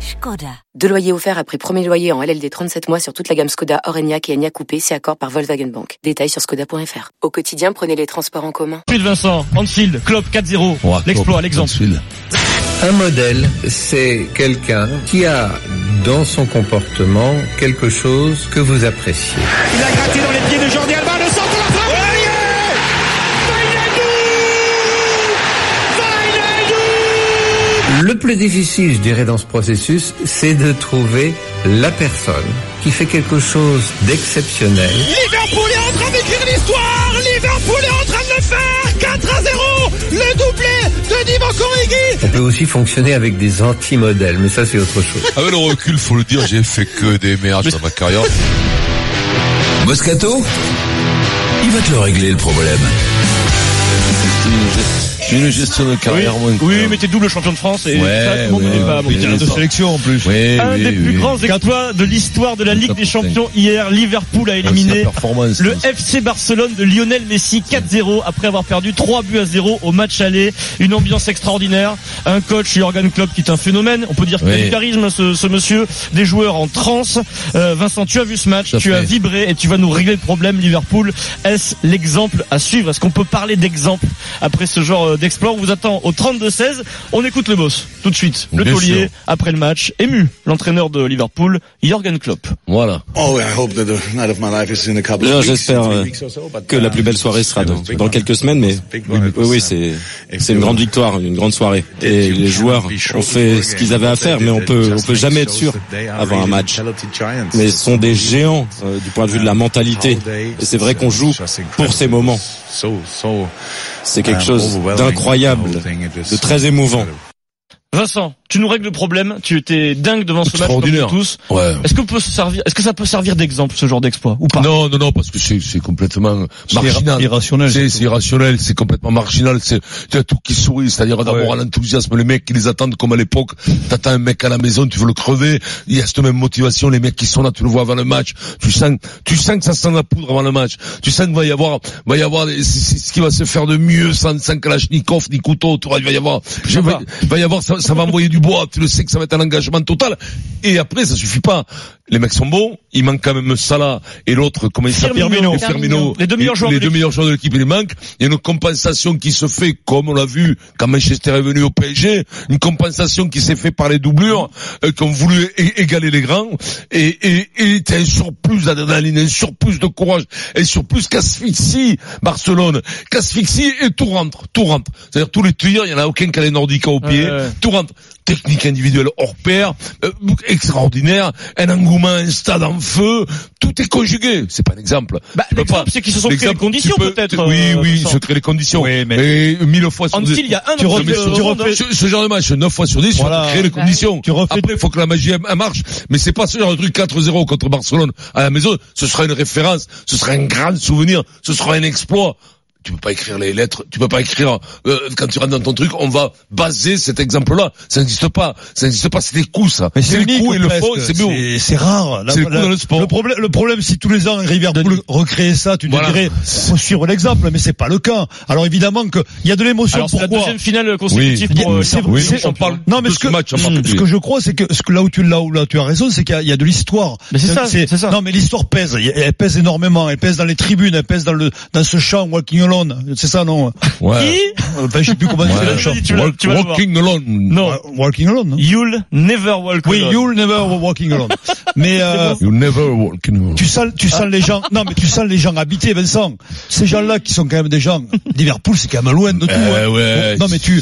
Skoda. Deux loyers offerts après premier loyer en LLD 37 mois sur toute la gamme Skoda, Orenia et Enya Coupé, c'est accord par Volkswagen Bank. Détails sur skoda.fr. Au quotidien, prenez les transports en commun. Puis de Vincent, Hansfield, Klopp 4-0. Oh, L'exploit, Klopp, l'exemple. Hansfield. Un modèle, c'est quelqu'un qui a dans son comportement quelque chose que vous appréciez. Il a gratté dans les pieds de Jordi Alba, le centre de la frappe Le plus difficile, je dirais, dans ce processus, c'est de trouver la personne qui fait quelque chose d'exceptionnel. Liverpool est en train d'écrire l'histoire Liverpool est en train de le faire 4 à 0 Le doublé de Divan Origi On peut aussi fonctionner avec des anti-modèles, mais ça c'est autre chose. Avec Ah le recul, faut le dire, j'ai fait que des merdes dans ma carrière. Moscato Il va te le régler le problème. J'ai une gestion de Oui, carrière moins oui, mais t'es double champion de France et Ouais, ça, tout le monde ouais, ne l'est pas. ouais, mon oui, gars. t'as deux sélections, en plus. Oui, Un oui, des plus oui. grands exploits de l'histoire de la Ligue des Champions hier, Liverpool a éliminé performance. le FC Barcelone de Lionel Messi 4-0 après avoir perdu 3 buts à 0 au match aller. Une ambiance extraordinaire. Un coach, Jurgen Klopp, qui est un phénomène. On peut dire qu'il a Oui. du charisme, ce, ce monsieur. Des joueurs en transe. Euh, Vincent, tu as vu ce match, Tout à tu as fait. vibré et tu vas nous régler le problème. Liverpool, est-ce l'exemple à suivre Est-ce qu'on peut parler d'exemple après ce genre euh, d'exploit On vous attend au 32-16. On écoute le boss tout de suite. Le Bien collier sûr. après le match. Ému, l'entraîneur de Liverpool, Jurgen Klopp. Voilà. Non, j'espère euh, que la plus belle soirée sera dans, dans quelques semaines, mais oui, oui, oui, c'est c'est une grande victoire, une grande soirée. Et les joueurs ont fait ce qu'ils avaient à faire, mais on peut on peut jamais être sûr avant un match. Mais ce sont des géants euh, du point de vue de la mentalité. Et c'est vrai qu'on joue pour ces moments. C'est quelque chose d'incroyable, de très émouvant. Vincent, tu nous règles le problème. Tu étais dingue devant ce match comme nous Extraordinaire. tous. Ouais. Est-ce que, peut se servir, est-ce que ça peut servir d'exemple ce genre d'exploit ou pas Non, non, non, parce que c'est c'est complètement marginal. irrationnel, C'est c'est irrationnel, c'est complètement marginal. C'est tu as tout qui sourit, c'est-à-dire d'abord à l'enthousiasme, les mecs qui les attendent comme à l'époque. T'attends un mec à la maison, tu veux le crever. Il y a cette même motivation, les mecs qui sont là, tu le vois avant le match. Tu sens, tu sens que ça sent la poudre avant le match. Tu sens qu'il va y avoir, va y avoir, des- c'est c'est ce qui va se faire de mieux sans, sans Kalachnikov ni couteau. Tu vois, il va y avoir, je- pas. il va y avoir, ça, ça va envoyer du bois. Tu le sais que ça va être un engagement total. Et après, ça suffit pas. Les mecs sont bons. Il manque quand même Salah et l'autre, comment il s'appelle Firmino. Et Firmino. Les deux meilleurs Et- joueurs les de deux l'équipe. meilleurs joueurs de l'équipe, il les manque. Il y a une compensation qui se fait, comme on l'a vu quand Manchester est venu au PSG, une compensation qui s'est fait par les doublures, euh, qui ont voulu é- égaler les grands, et, et, et t'as un surplus d'adrénaline, un surplus de courage, un surplus qu'asphyxie Barcelone, qu'asphyxie et tout rentre, tout rentre. C'est-à-dire tous les tirs, il y en a aucun qui a les Nordiques au pied, ouais. tout rentre. Technique individuelle hors pair, euh, extraordinaire, un engouement, un stade en feu, tout est conjugué. C'est pas un exemple. Bah, Tu peux l'exemple, pas. c'est qu'ils se sont créés L'exemple, les conditions, tu peux- peut-être, Oui, euh, oui, ils Vincent. se créent les conditions. Oui, mais... mille fois sur Antil, il y a un Tu Antil, refais- euh, tu Ronde. refais- ce, ce genre de match, 9 fois sur 10, Voilà. tu crées les conditions. Tu refais- Après, il faut que la magie elle, elle marche. Mais c'est pas ce genre de truc 4-0 contre Barcelone à la maison. Ce sera une référence, ce sera un grand souvenir, ce sera un exploit. Tu peux pas écrire les lettres, tu peux pas écrire euh, quand tu rentres dans ton truc, on va baser cet exemple-là. Ça n'existe pas, ça n'existe pas, c'est des coups ça. Mais c'est les unique, coups, ils le presque. font, c'est beau. C'est- C'est rare. La- C'est le coup la- dans le sport. problème, le problème, si tous les ans Liverpool recréait ça, tu te Voilà. dirais, faut suivre l'exemple, mais c'est pas le cas. Alors évidemment que il y a de l'émotion. Alors c'est la Pourquoi deuxième finale consécutive Il y a- pour euh, c'est- Liverpool, c'est- champion. on parle- Non, de mais ce ce que, match en ce particulier. que je crois, c'est que, ce que là où tu là où là tu as raison, c'est qu'il y a- il y, a de l'histoire. Mais c'est ça, c'est ça. Non, mais l'histoire pèse. Il y a- Elle pèse énormément. Elle pèse dans les tribunes. Elle pèse dans le dans ce chant Walking Alone. C'est ça, non Ouais. Enfin, je sais plus comment c'est le chant. Tu vas- tu vas le voir. Walking alone. Non, Walking Alone. non you'll never walk oui, alone. You'll Never Walking Alone. mais euh, You never walking alone. tu sens, tu sens les gens, non, mais tu sens les gens habités, Vincent. Ces gens-là qui sont quand même des gens, Liverpool, c'est quand même loin de tout. Euh, hein. ouais. Non, mais tu,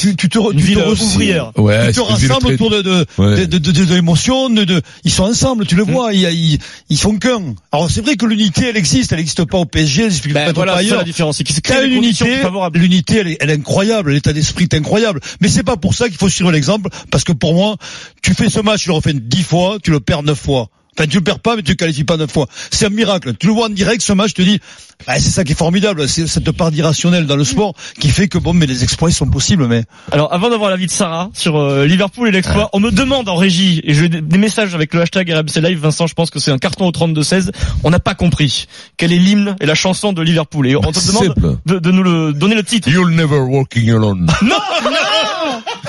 tu, tu te, re- Une tu ville te re- ouvrière. Ouais, tu te c'est une ville rassembles très- autour de, de, Ouais. Mm. de, de, de- de l'émotion, de, de- ils sont ensemble, tu le vois, ils, ils, ils font qu'un. Alors c'est vrai que l'unité, elle existe, elle n'existe pas au PSG, elle n'existe Ben peut-être voilà, pas c'est ça ailleurs. la différence, c'est qu'ils se T'as créent une des conditions unité, favorables. l'unité elle, est- elle est incroyable, l'état d'esprit est incroyable. Mais c'est pas pour ça qu'il faut suivre l'exemple, parce que pour moi, tu fais ce match, tu le refais dix fois, tu le perds neuf fois. Enfin, tu perds pas, mais tu qualifies pas neuf fois. C'est un miracle. Tu le vois en direct, ce match, tu te dis, bah, c'est ça qui est formidable, c'est cette part d'irrationnel Mm. dans le sport qui fait que bon, mais les exploits ils sont possibles, mais. Alors, avant d'avoir l'avis de Sarah sur euh, Liverpool et l'exploit, on me demande en régie, et je des- des messages avec le hashtag RMC Live, Vincent, je pense que c'est un carton au 32-16, on n'a pas compris quel est l'hymne et la chanson de Liverpool. Et on te C'est demande simple. de, de nous le, donner le titre. You'll never walking alone. Non,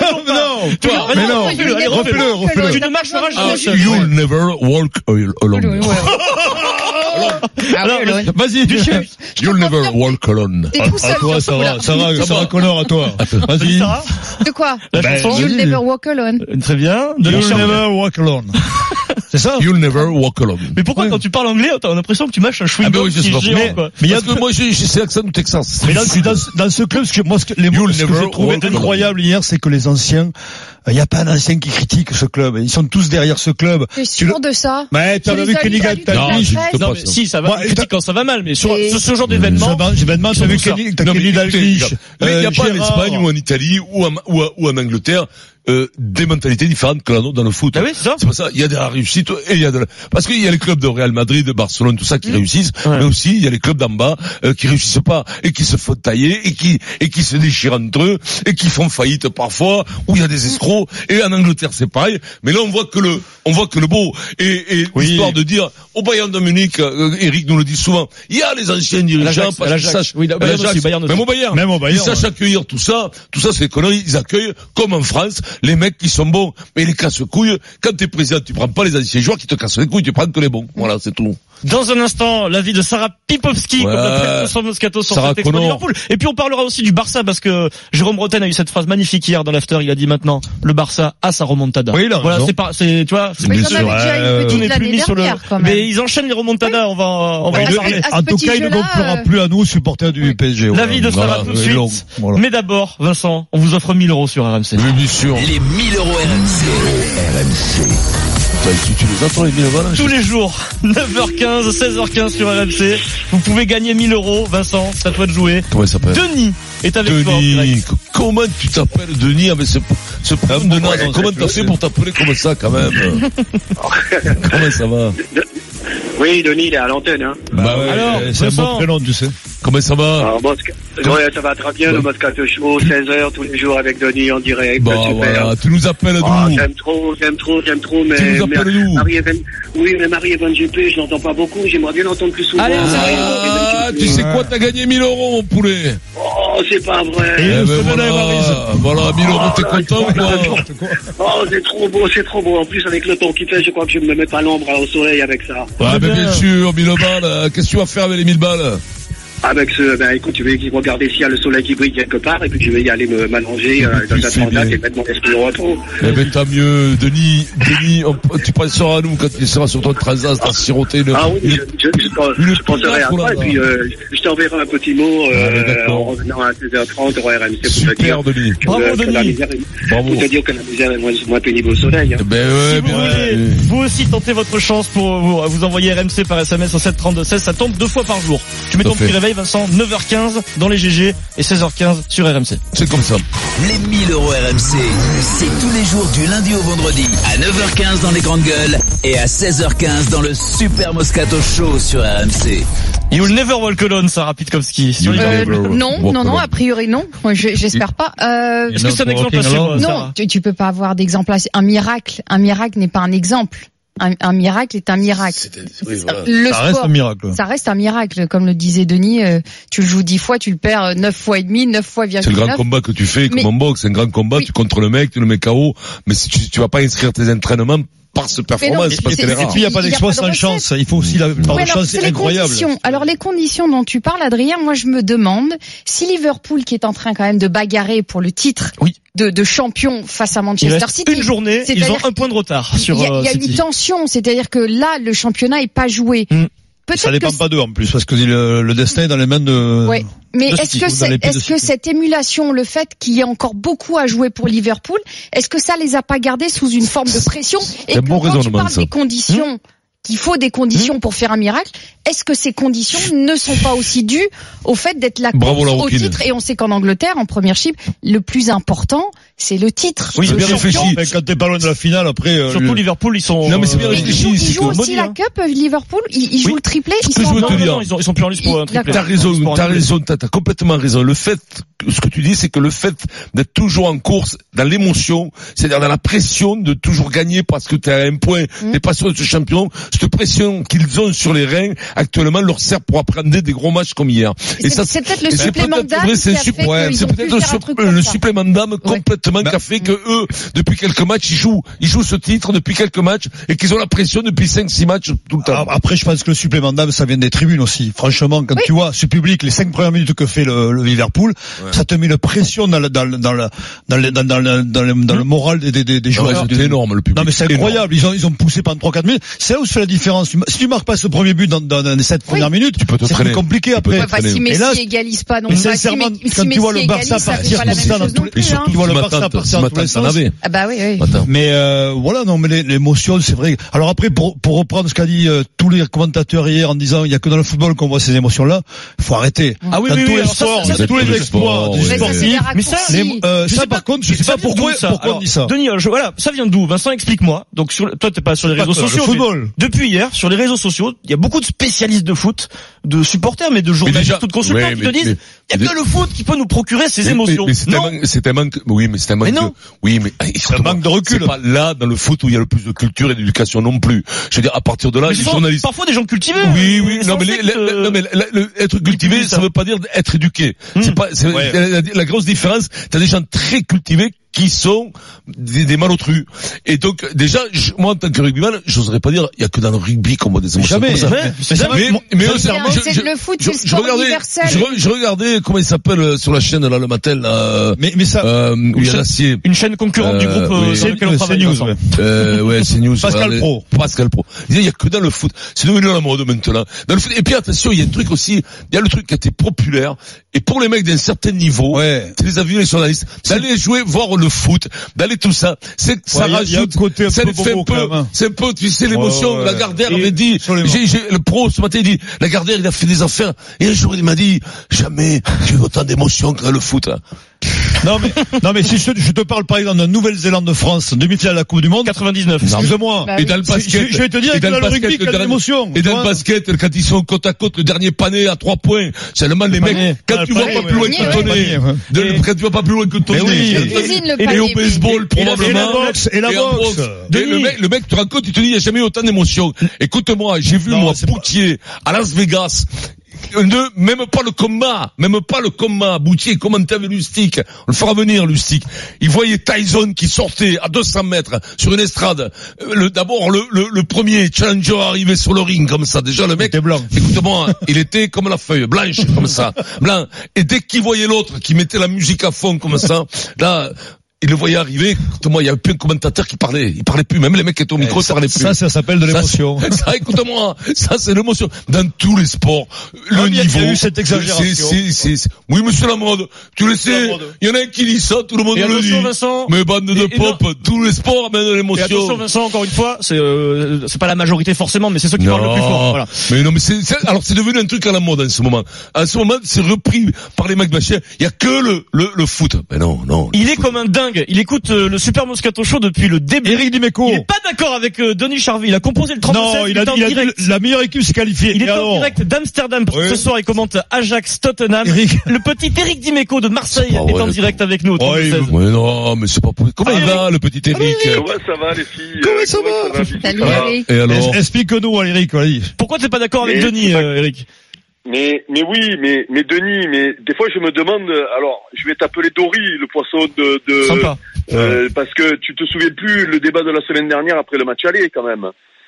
non, non, tu vois, mais vas-y, non, refais-le, allez, refais-le, refais-le. refais-le. Ah, Tu ne marcheras jamais seul. You'll never walk al- alone. Alors, Vas-y, tu You'll never walk alone. T'es tout seul À toi, sur ce Sarah, coup-là. Sarah, Sarah, Connor, à toi. Ah, Vas-y. Sarah, De quoi la Ben, chanson You'll vas-y. never walk alone. Euh, Très bien. De You'll Richard- never walk alone. C'est ça? You'll never walk alone. Mais pourquoi quand tu parles anglais, t'as l'impression que tu mâches un chewing Ah ben oui, je sais pas géant, pourquoi. quoi. Mais il y a deux, moi, j'ai j'ai- c'est l'accent du Texas. Mais dans, dans, dans ce club, ce que, moi, ce que, les mots, You'll ce que never j'ai trouvé walk alone. incroyable hier, c'est que les anciens, il n'y a pas un ancien qui critique ce club. Ils sont tous derrière ce club. T'es Tu le- sûr de ça Mais t'as Tu les vu as lus, Kenny t'as lu toute la Non, Galtani. presse j'écoute Non, pas mais ça. si, ça va, Moi, on critique t'as- quand ça va mal, mais sur Et- ce, ce genre d'événement, J'événement, Ils t'as vu sont Kenny, t'as Non, mais Kenny écoutez, Dalglish. regarde. Mais il n'y a euh, pas en Gérard. Espagne ou en Italie ou en, ou, en- ou en Angleterre euh, des mentalités différentes que la nôtre dans le foot. Ah oui, c'est ça. C'est pour ça, il y a de la réussite et il y a de la... parce qu'il y a les clubs de Real Madrid, de Barcelone, tout ça qui réussissent, Mm. Ouais. mais aussi il y a les clubs d'en bas euh, qui réussissent pas et qui se font tailler et qui et qui se déchirent entre eux et qui font faillite parfois où il y a des escrocs et en Angleterre c'est pareil. Mais là on voit que le on voit que le beau et, et l'histoire de dire au Bayern de Munich, euh, Eric nous le dit souvent, il y a les anciens dirigeants l'Ajax, à parce qu'ils l'Ajax. sachent, Oui, le à Bayern aussi, l'Ajax, Bayern aussi. même au Bayern, Même au Bayern, ils sachent accueillir tout ça, tout ça c'est des conneries, ils accueillent comme en France les mecs qui sont bons, mais les casse-couilles, quand t'es président, tu prends pas les anciens joueurs qui te cassent les couilles, tu prends que les bons. Voilà, c'est tout. Dans un instant, l'avis de Sarah Pipovski, Ouais. comme l'appelle Vincent Moscato sur Sarah cette expo de Connor. Liverpool. Et puis on parlera aussi du Barça parce que Jérôme Roten a eu cette phrase magnifique hier dans l'after. Il a dit maintenant, le Barça a sa remontada. Oui, il a voilà, raison. euh, c'est pas, c'est, tu vois, c'est Mais Bien j'en sûr, avais déjà ouais, une tout petite n'est plus l'année mis sur le. dernière quand Mais même. ils enchaînent les remontadas. On va, on va Mais en le- parler. à ce en tout petit cas, il ne jeu-là, gonflera euh, plus à nous, supporters du PSG. La voilà. vie de Sarah Voilà, tout de oui, suite. long, voilà. Mais d'abord, Vincent, on vous offre 1000 euros sur RMC. Mais bien sûr. Les 1000 euros RMC. RMC. Putain, tu, tu les attends, les mille balles, Tous les jours, 9h15, 16h15 sur RMC. Vous pouvez gagner 1000 euros. Vincent, c'est à toi de jouer. Comment il s'appelle? Denis est avec toi en Denis, direct. comment tu t'appelles Denis avec ce, ce Ah, problème de naze Comment t'as fait pour t'appeler comme ça quand même Comment ça Bah va Oui, Denis, il est à l'antenne. Hein. Bah ouais, Alors, c'est un Vincent. bon prénom, tu sais. Comment ça Ah. va Alors, Mosca- Ouais, ça va très bien, le Moscato Show, 16h tous les jours avec Denis en direct. Bah super. voilà, tu nous appelles Ah, d'où j'aime trop, j'aime trop, j'aime trop, mais. Tu nous mais- appelles d'où Marie Evan- Oui, mais Marie-Evan Juppé, je l'entends pas beaucoup, j'aimerais bien l'entendre plus souvent. Allez, Marie-Evan Ah, Juppé. tu sais quoi, t'as gagné 1000 euros, mon poulet. Oh, c'est pas Eh vrai. ben se met la voilà, Ah, voilà, 1000 euros, t'es content ou pas Oh, c'est trop beau, c'est trop beau. En plus, avec le temps qu'il fait, je crois que je me mets pas l'ombre au soleil avec ça. Ouais, mais Ah, ben, bien sûr, 1000 balles, euh, qu'est-ce que tu vas faire avec les 1000 balles Avec ce, ben écoute, je vais regarder s'il y a le soleil qui brille quelque part, et puis je vais y aller me m'allonger euh, dans Tu un fais transat bien. et mettre mon esprit au repos. Eh ben tant mieux, Denis, Denis, on- tu penseras à nous quand tu seras sur ton transat, t'as siroté une... Ah oui, je, je, je, pense- Une je penserai à poudre, toi et là. puis euh, je t'enverrai un petit mot Ouais, euh, d'accord. en revenant à 16h30 au RMC pour te Super, dire Denis. que, Bravo, que la Denis. misère, Bravo. pour te dire que la misère est moins, moins pénible au soleil. hein. Eh Ben ouais, Si vous bien voulez, ouais. vous aussi tentez votre chance pour vous, vous envoyer RMC par SMS au 732-16, ça tombe deux fois par jour. Tu mets Tout ton à fait. petit réveil, Vincent, 9h15 dans les GG et 16h15 sur RMC. C'est comme ça. Les 1000 euros RMC, c'est tous les jours du lundi au vendredi à 9h15 dans les grandes gueules et à 16h15 dans le Super Moscato Show sur RMC. You'll never walk alone, Sarah Pitkowski. Sur les You'll gens. Euh, Never walk non, non, non, alone. a priori non. Moi, je- J'espère pas. Euh, Est-ce que c'est un exemple assez alone. beau, non, Sarah tu, tu peux pas avoir d'exemple. assez- Un miracle, un miracle n'est pas un exemple. Un, un miracle est un Ah, miracle. Le Ça reste sport, un miracle. ça reste un miracle, comme le disait Denis. euh, tu le joues dix fois, tu le perds euh, neuf fois et demi, neuf fois virgule C'est le grand neuf. combat que tu fais comme Mais- en boxe, c'est un grand combat, Oui. tu contres le mec, tu le mets KO, mais si tu, tu vas pas inscrire tes entraînements par ce performance, mais parce c'est- qu'elle est c'est- Et rare. puis, il n'y a pas Il y a d'exploit pas de sans recette. chance. Il faut aussi la part Ouais, de alors, chance c'est les incroyable. conditions. Alors les conditions dont tu parles, Adrien, moi je me demande si Liverpool, qui est en train quand même de bagarrer pour le titre Oui. de, de champion face à Il Manchester reste City, une journée, ils c'est-à-dire ont un point de retard il sur y a, euh, il y a une City. tension, c'est-à-dire que là le championnat est pas joué. Mm. Ça Peut-être que dépend pas d'eux en plus, parce que le, le destin est dans les mains de. Ouais. Mais de est-ce City, que, ou dans c'est- les pieds de est-ce que City. cette émulation, le fait qu'il y ait encore beaucoup à jouer pour Liverpool, est-ce que ça les a pas gardés sous une forme de pression Et un que bon quand tu raisonnement, parles ça. Hein des conditions, qu'il faut des conditions pour faire un miracle, est-ce que ces conditions ne sont pas aussi dues au fait d'être la Bravo, course la au rouquine. titre Et on sait qu'en Angleterre, en premiership, le plus important, c'est le titre. Oui, Le c'est bien champion. réfléchi. Quand t'es pas loin de la finale, après. euh, Surtout le- Liverpool, ils sont. Non, mais c'est bien euh, Ils réfléchi. jouent, c'est ils jouent que aussi Modi, la hein. Cup, euh, Liverpool. Ils, ils jouent le triplé. Ils que sont je veux en- te dire non, ils, ont- ils sont plus en lice pour un triplé. D'accord. T'as raison, Ils sont en t'as lice. raison, t'as t'as complètement raison. Le fait, que- ce que tu dis, c'est que le fait d'être toujours en course, dans l'émotion, c'est-à-dire dans la pression de toujours gagner parce que t'es à un point, Mm. t'es pas sûr de ce champion, cette pression qu'ils ont sur les reins, actuellement, leur sert pour apprendre des gros matchs comme hier. Et c'est- c'est peut-être le et c'est supplément peut-être d'âme vrai, c'est qui a sup- fait ouais, qu'ils c'est ont peut-être pu le, faire un sup- truc euh, comme le ça. supplément d'âme complètement qui a fait que eux, depuis quelques matchs, ils jouent, ils jouent ce titre depuis quelques matchs et qu'ils ont la pression depuis 5-6 matchs tout le temps. Ah, Après, je pense que le supplément d'âme, ça vient des tribunes aussi. Franchement, quand Oui. tu vois ce public, les cinq premières minutes que fait le, le Liverpool, ça te met une pression dans le, dans le, dans le, dans le, dans le, dans le- Mmh. dans le moral des, des, des- des Non, mais joueurs. c'était énorme, le public. Non, mais c'est Énorme. incroyable. Ils ont, ils ont poussé pendant 3-4 minutes. C'est là où se fait la différence. Si tu marques pas ce premier but dans, dans, dans les sept premières minutes, peux te c'est traîner. plus compliqué après. Enfin, bah, si Et Messi là, égalise pas, non. mais bah, si sincèrement, Me- si quand tu Messi vois le égalise, Barça ça fait partir pas la comme même ça dans chose tous non les- plus, Et hein. surtout, Tu vois ce le matin, Barça partir ce dans matin, tous les t'en sens. avais. Ah bah oui, oui. Attends. Mais euh, voilà, non, mais les- l'émotion, c'est vrai. Alors après, pour, pour reprendre ce qu'a dit euh, tous les commentateurs hier en disant il y a que dans le football qu'on voit ces émotions-là, faut arrêter. Ah oui, dans oui, tous oui, les alors ça, sports, ça, c'est tous les le exploits sport, du oui. Mais sportif. ça, c'est des Mais ça, raccourcis. les- euh, ça, par contre, je sais ça pas vient pourquoi- d'où, ça. pourquoi on Alors, dit ça. Denis, je- voilà, ça vient d'où Vincent, explique-moi. Donc sur, le- toi, t'es pas sur les Pas réseaux que le sociaux. football. mais Depuis hier, sur les réseaux sociaux, il y a beaucoup de spécialistes de foot, de supporters, mais de journalistes, déjà- ou de consultants Ouais, qui mais- te disent, mais- il y a que le foot qui peut nous procurer ces émotions. Mais, mais c'est un non. manque, c'est un manque- oui, mais c'est un manque Mais non. de, oui, mais, écoute-moi, manque de recul. C'est pas là, dans le foot, où il y a le plus de culture et d'éducation non plus. Je veux dire, à partir de là, Mais les ce sont journalistes. Parfois des gens cultivés. Oui, oui, Ils non sont mais, les- sectes, les- les- non, mais la- la- le- être cultivé, publient ça ça. veut pas dire être éduqué. C'est Hmm. pas, c'est- Ouais. la, la- la grosse différence, t'as des gens très cultivés qui sont des, des malotrus. Et donc, déjà, je- moi, en tant que rugbyman, j'oserais pas dire, il y a que dans le rugby qu'on voit des émotions Jamais. comme ça. Jamais. Mais, mais, Mais sincèrement, c'est- je- c'est je- le foot, je- c'est le je sport regardais- univeel. Je, re- je regardais, comment il s'appelle, euh, sur la chaîne, là, le matin, là, euh, Mais, mais ça, euh, où il y a ça- l'acier. Une chaîne concurrente du Euh, groupe oui. euh, sur c'est lequel on c'est travaille. news. Vincent. ouais. Euh, ouais, c'est news. Pascal regardez. Pro. Pascal Pro. Il y a que dans le foot. C'est devenu la mode maintenant. Dans le foot. Et puis attention, il y a un truc aussi, il y a le truc qui était populaire. Et pour les mecs d'un certain niveau, Ouais. tu les as vus les journalistes, d'aller jouer, voir le foot, d'aller tout ça, c'est que ça Ouais, il y a- il y a rajoute, un côté un ça peu les fait bobo, un quand peu, même, hein. c'est un peu, tu sais, l'émotion, Ouais, ouais. Lagardère Et- avait dit, absolument. j'ai- j'ai- le pro ce matin, il dit, Lagardère, il a fait des affaires, et un jour il m'a dit, jamais j'ai eu autant d'émotions que dans le foot. hein. Non mais, non mais si je, te- je te parle par exemple de Nouvelle-Zélande de France, demi-finale de la Coupe du Monde, 99. excuse-moi. Bah Et oui. dans le Je- basket, je- je vais te dire et que dans le basket, rugby, qu'il y a de dernier- l'émotion, Et tu dans le vois. basket, quand ils sont côte à côte, le dernier pané à trois points, seulement les panier. mecs, Ah, quand le tu vois panier, pas ouais. plus loin que Panier, ton nez, ouais. de- Et- quand tu vois pas plus loin que ton Mais oui. nez, Je cuisine le et panier, au mais- baseball, et la- probablement, et la boxe, et la en boxe. Et le Denis. mec, le mec te raconte, il te dit, il n'y a jamais eu autant d'émotions. Écoute-moi, j'ai vu, Non, moi, c'est pas- Boutier, à Las Vegas, ne, même pas le combat, même pas le combat, Boutier commentait avec Lustig, on le fera venir Lustig, il voyait Tyson qui sortait à 200 mètres sur une estrade, Euh, le, d'abord le, le, le premier challenger arrivé sur le ring comme ça, déjà le mec, était blanc. écoute-moi, hein, il était comme la feuille, blanche comme ça, blanc, et dès qu'il voyait l'autre qui mettait la musique à fond comme ça, là, il le voyait arriver, écoute-moi, il y avait plus un commentateur qui parlait, il parlait plus, même les mecs qui étaient au micro, ils Eh, ça, parlaient plus. ça, ça s'appelle de Ça, l'émotion. c'est- Ça, écoute-moi, ça c'est l'émotion. Dans tous les sports, le Ah, mais il y a- niveau. il y a eu cette exagération. c'est- c'est- c'est- c'est- Oui, monsieur la mode. Tu le sais, il y en a un qui dit ça, tout le monde Et le attention, dit. Vincent. Mais bande de Et- et non- pop, tous les sports amènent de Et attention l'émotion. Vincent, encore une fois, c'est euh, c'est pas la majorité forcément, mais c'est ceux qui parlent le plus fort. Non, Voilà. mais non, mais c'est, c'est- alors c'est devenu un truc à la mode en ce moment. En ce moment, c'est repris par les mecs bachers. Il y a que le, le, le foot. Mais non, non. le Il est foot. comme un dingue. Il écoute euh, le Super Moscato Show depuis le début. Eric Dimeco. Il est pas d'accord avec euh, Denis Charvet. Il a composé le 37. Non, il a, est en il a dit direct. la meilleure équipe s'est qualifiée. Il est Et en alors direct d'Amsterdam parce que Eh Oui. ce soir il commente Ajax Tottenham. Eric. Le petit Eric Dimeco de Marseille C'est pas est vrai, en le direct avec nous au Ouais, 36. Mais non, mais c'est pas possible. Comment Ah, il va, le petit Eric? Comment ça va les filles euh, Comment ça va, Bibi Salut Ça va Eric. Et alors? Es- Explique-nous, Eric, vas-y. Pourquoi t'es pas d'accord avec Mais Denis, c'est pas- euh, Eric Mais, mais oui, mais, mais Denis, mais des fois je me demande, euh, alors je vais t'appeler Dory, le poisson de, de Sympa. euh, parce que tu te souviens plus le débat de la semaine dernière après le match aller quand même,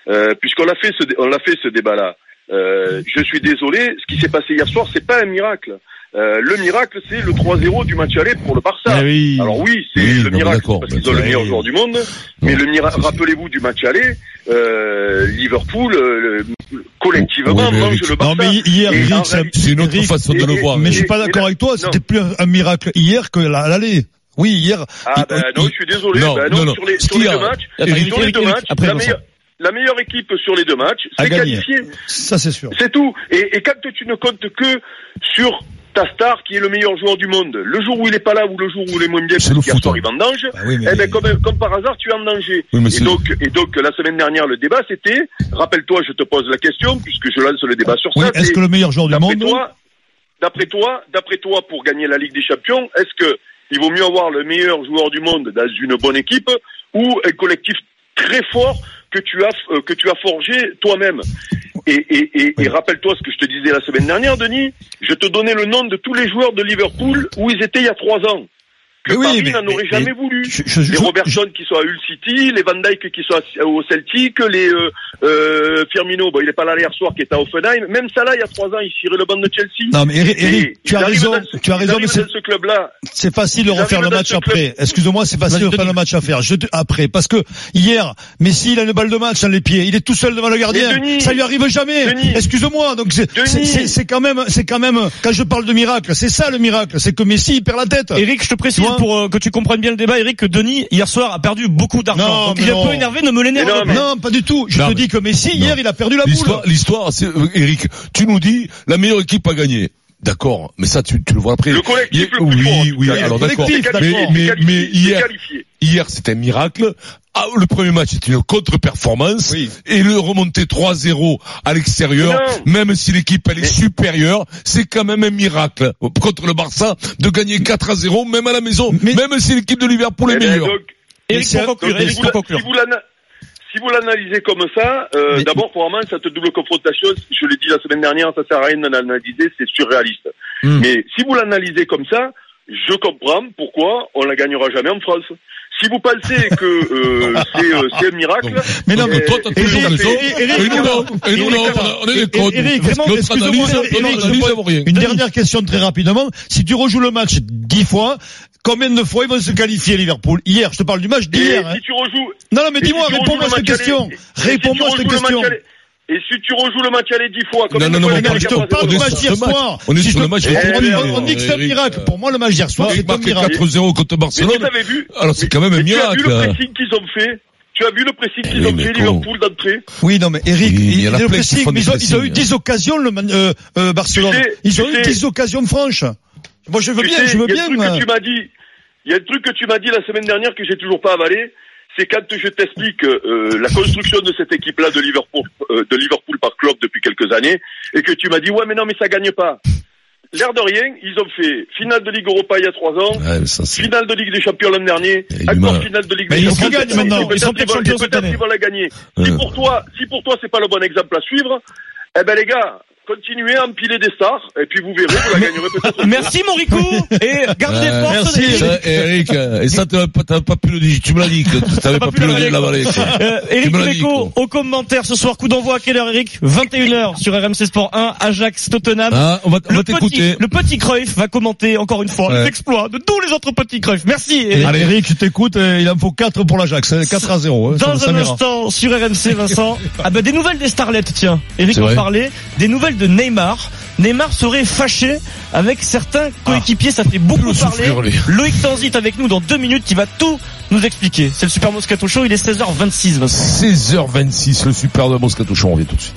Euh, puisqu'on l'a fait ce, dé- on l'a fait ce débat-là. Euh, je suis désolé, ce qui s'est passé hier soir, c'est pas un miracle. Euh, le miracle, c'est le 3-0 du match aller pour le Barça. Eh oui. Ah, Alors oui, c'est Oui, non, le mais miracle d'accord, parce mais qu'ils ont le ça, meilleur oui. joueur du monde. Mais le miracle, rappelez-vous du match aller, euh, Liverpool euh, le- collectivement Oui, Oh, mais mange Eric, le Barça. Non, mais hier, Et Eric, en c'est- réalité- C'est une autre Eric, façon de le et- voir. mais et- je suis pas et d'accord là- avec toi, non. c'était plus un, un miracle hier que la- l'aller. Oui, hier. Ah ben il- non, je suis désolé. Non, ben non, non, non. sur les, Ce sur qu'il les y a- deux matchs, Attends, sur les Eric, deux Eric, Eric, matchs, après, la Vincent. meilleure, la meilleure équipe sur les deux matchs, A c'est gagné. qualifiée. Ça, c'est sûr. C'est tout. Et, et quand tu ne comptes que sur ta star qui est le meilleur joueur du monde. Le jour où il est pas là ou le jour où il est moins bien, C'est parce le qu'il foot, sort, hein. il vendange, Bah oui, mais- eh ben, comme, comme par hasard, tu es en danger. Oui, mais et, c'est- donc, et donc, la semaine dernière, le débat, c'était, rappelle-toi, je te pose la question, puisque je lance le débat sur Oui, ça. est-ce c'est- que le meilleur joueur du d'après monde toi, d'après toi, d'après toi, pour gagner la Ligue des Champions, est-ce que il vaut mieux avoir le meilleur joueur du monde dans une bonne équipe ou un collectif très fort que tu as euh, que tu as forgé toi-même Et, et- et- et rappelle-toi ce que je te disais la semaine dernière, Denis. Je te donnais le nom de tous les joueurs de Liverpool où ils étaient il y a trois ans. Que Mais oui, Paris mais- n'en aurait mais- jamais voulu. je- les je- Robertson qui sont à Hull City, les Van Dijk qui sont à- au Celtic, les euh, euh, Firmino, bon, il est pas là hier soir, qui est à Offenheim. Même ça là, il y a trois ans, il tirait le banc de Chelsea. Non, mais Eric, Et Eric, tu ils as arrivent raison, dans ce- tu as ils raison, arrivent mais c'est- dans ce club-là. C'est facile de Ils refaire arrivent le dans match ce après. club. Excuse-moi, c'est facile de refaire le match à faire. Je te- après, parce que hier, Messi, il a une balle de match dans les pieds. Il est tout seul devant le gardien. Mais Denis, ça lui arrive jamais. Denis, Excuse-moi. Donc c'est- c'est Denis. c'est- c'est quand même, c'est quand même. Quand je parle de miracle, c'est ça le miracle. C'est que Messi il perd la tête. Eric, je te précise Tu vois pour euh, que tu comprennes bien le débat, Eric, que Denis, hier soir, a perdu beaucoup d'argent. Non, Donc mais il est un non. peu énervé, ne me l'énerve Mais non, pas. mais- Non, pas du tout. Je Non, te mais- dis que Messi hier, il a perdu la boule. L'histoire, l'histoire, c'est euh, Eric. Tu nous dis la meilleure équipe a gagné. D'accord, mais ça tu, tu le vois après. Le collectif Hier- le plus oui, fort, en tout oui, cas. alors Le d'accord. collectif, Mais, d'accord. mais, Qualifié, mais hier, qualifié. hier c'était un miracle. Ah, le premier match c'était une contre-performance Oui. et le remonter 3-0 à l'extérieur, Mais même si l'équipe elle est supérieure, c'est quand même un miracle contre le Barça de gagner 4-0 même à la maison, Mais- même si l'équipe de Liverpool est Eh ben, meilleure. donc, Eric, Mais c'est- pour conclure, donc, Eric, pour si vous la- conclure. si vous l'ana- Si vous l'analysez comme ça, euh, Mais- d'abord pour Amman, cette double confrontation, je l'ai dit la semaine dernière, ça sert à rien de l'analyser, c'est surréaliste. Hmm. Mais si vous l'analysez comme ça, je comprends pourquoi on la gagnera jamais en France. Si vous pensez que euh, c'est euh, c'est un miracle, Mais non, Donc, mais toi, t'as Eric, toujours raison. Eric, Eric, Et nous, non. Et nous, Eric, non. On est des cons. Eric, vraiment, Notre excuse-moi, analyse, Eric, Eric, notre analyse, je- ça vaut rien. Une dernière question très rapidement. Si tu rejoues le match dix fois, combien de fois ils vont se qualifier Liverpool Hier, je te parle du match et d'hier. hein. si tu rejoues, Non, non, mais Et dis-moi, si tu réponds-moi à rejoues le cette match question. aller- et si Réponds-moi tu cette rejoues le match question. aller- Et si tu rejoues le match aller dix fois, comme Non, non, non, mais Mais non, je te parle du est match sur d'hier ce match. soir. On est Si sur je- le match on- d'aujourd'hui, on- On dit que c'est un Eric, miracle. euh, Pour moi, le match d'hier soir, Eric c'est un marque miracle. 4-0 contre Mais vous Barcelone. avez vu Alors, c'est mais- quand même un mais Tu as vu le miracle. pressing qu'ils ont fait Tu as vu le pressing qu'ils oui, ont mais fait con. Liverpool d'entrée Oui, non, mais Eric, Oui, mais il y ils en a ils ont plein qui pressing, font mais du ils ont- ils ont eu pressing, 10 occasions, le man- euh, euh, Barcelone. Tu sais, Ils ont tu eu sais- 10 occasions franches. Moi, je veux Tu bien, sais, je veux il y a bien. un truc moi. que tu m'as dit. Il y a un truc que tu m'as dit la semaine dernière que j'ai toujours pas avalé. C'est quand je t'explique euh, la construction de cette équipe-là de Liverpool, euh, de Liverpool par club depuis quelques années, et que tu m'as dit ouais mais non mais ça gagne pas. L'air de rien, ils ont fait finale de Ligue Europa il y a trois ans, Ouais, mais ça, c'est- finale de Ligue des Champions l'an dernier, Il y a du encore mal. finale de Ligue Mais des ils Champions. gagnent Peut-être maintenant. Ils sont qu'ils peut-être vont- champions cette peut-être année. qu'ils vont la gagner. Ouais. Si pour toi, si pour toi c'est pas le bon exemple à suivre, eh ben les gars, continuez à empiler des stars, et puis vous verrez, vous la gagnerez peut-être. Merci Morico et garde des Ouais, forces. Euh, merci, Eric. ça, et Eric, euh, et ça, t'as pas, t'as pas pu le dire, tu me l'as dit, que t'avais pas, pas pu pu le l'avaler, l'avaler, quoi. Euh, Tu Eric me l'as dit, Dimeco, au commentaire ce soir, coup d'envoi à quelle heure Eric 21h sur RMC Sport 1, Ajax Tottenham. Hein, on va, on va le, petit, t'écouter. le petit Cruyff va commenter encore une fois Ouais. les exploits de tous les autres petits Cruyff. Merci Eric. Allez, Eric, je t'écoute, euh, il en faut 4 pour l'Ajax, hein, 4 à 0. hein, ça- Dans ça un m'ira. instant sur RMC Vincent. Ah bah des nouvelles des starlettes tiens. Eric C'est en vrai. parlait, des nouvelles de Neymar. Neymar serait fâché avec certains coéquipiers, ça fait beaucoup Ah. le parler. soufflure, lui. Loïc Tanzi est avec nous dans deux minutes qui va tout nous expliquer. C'est le Super Moscato Show, il est 16h26 Vincent. 16h26, le super de Moscato Show, on revient tout de suite.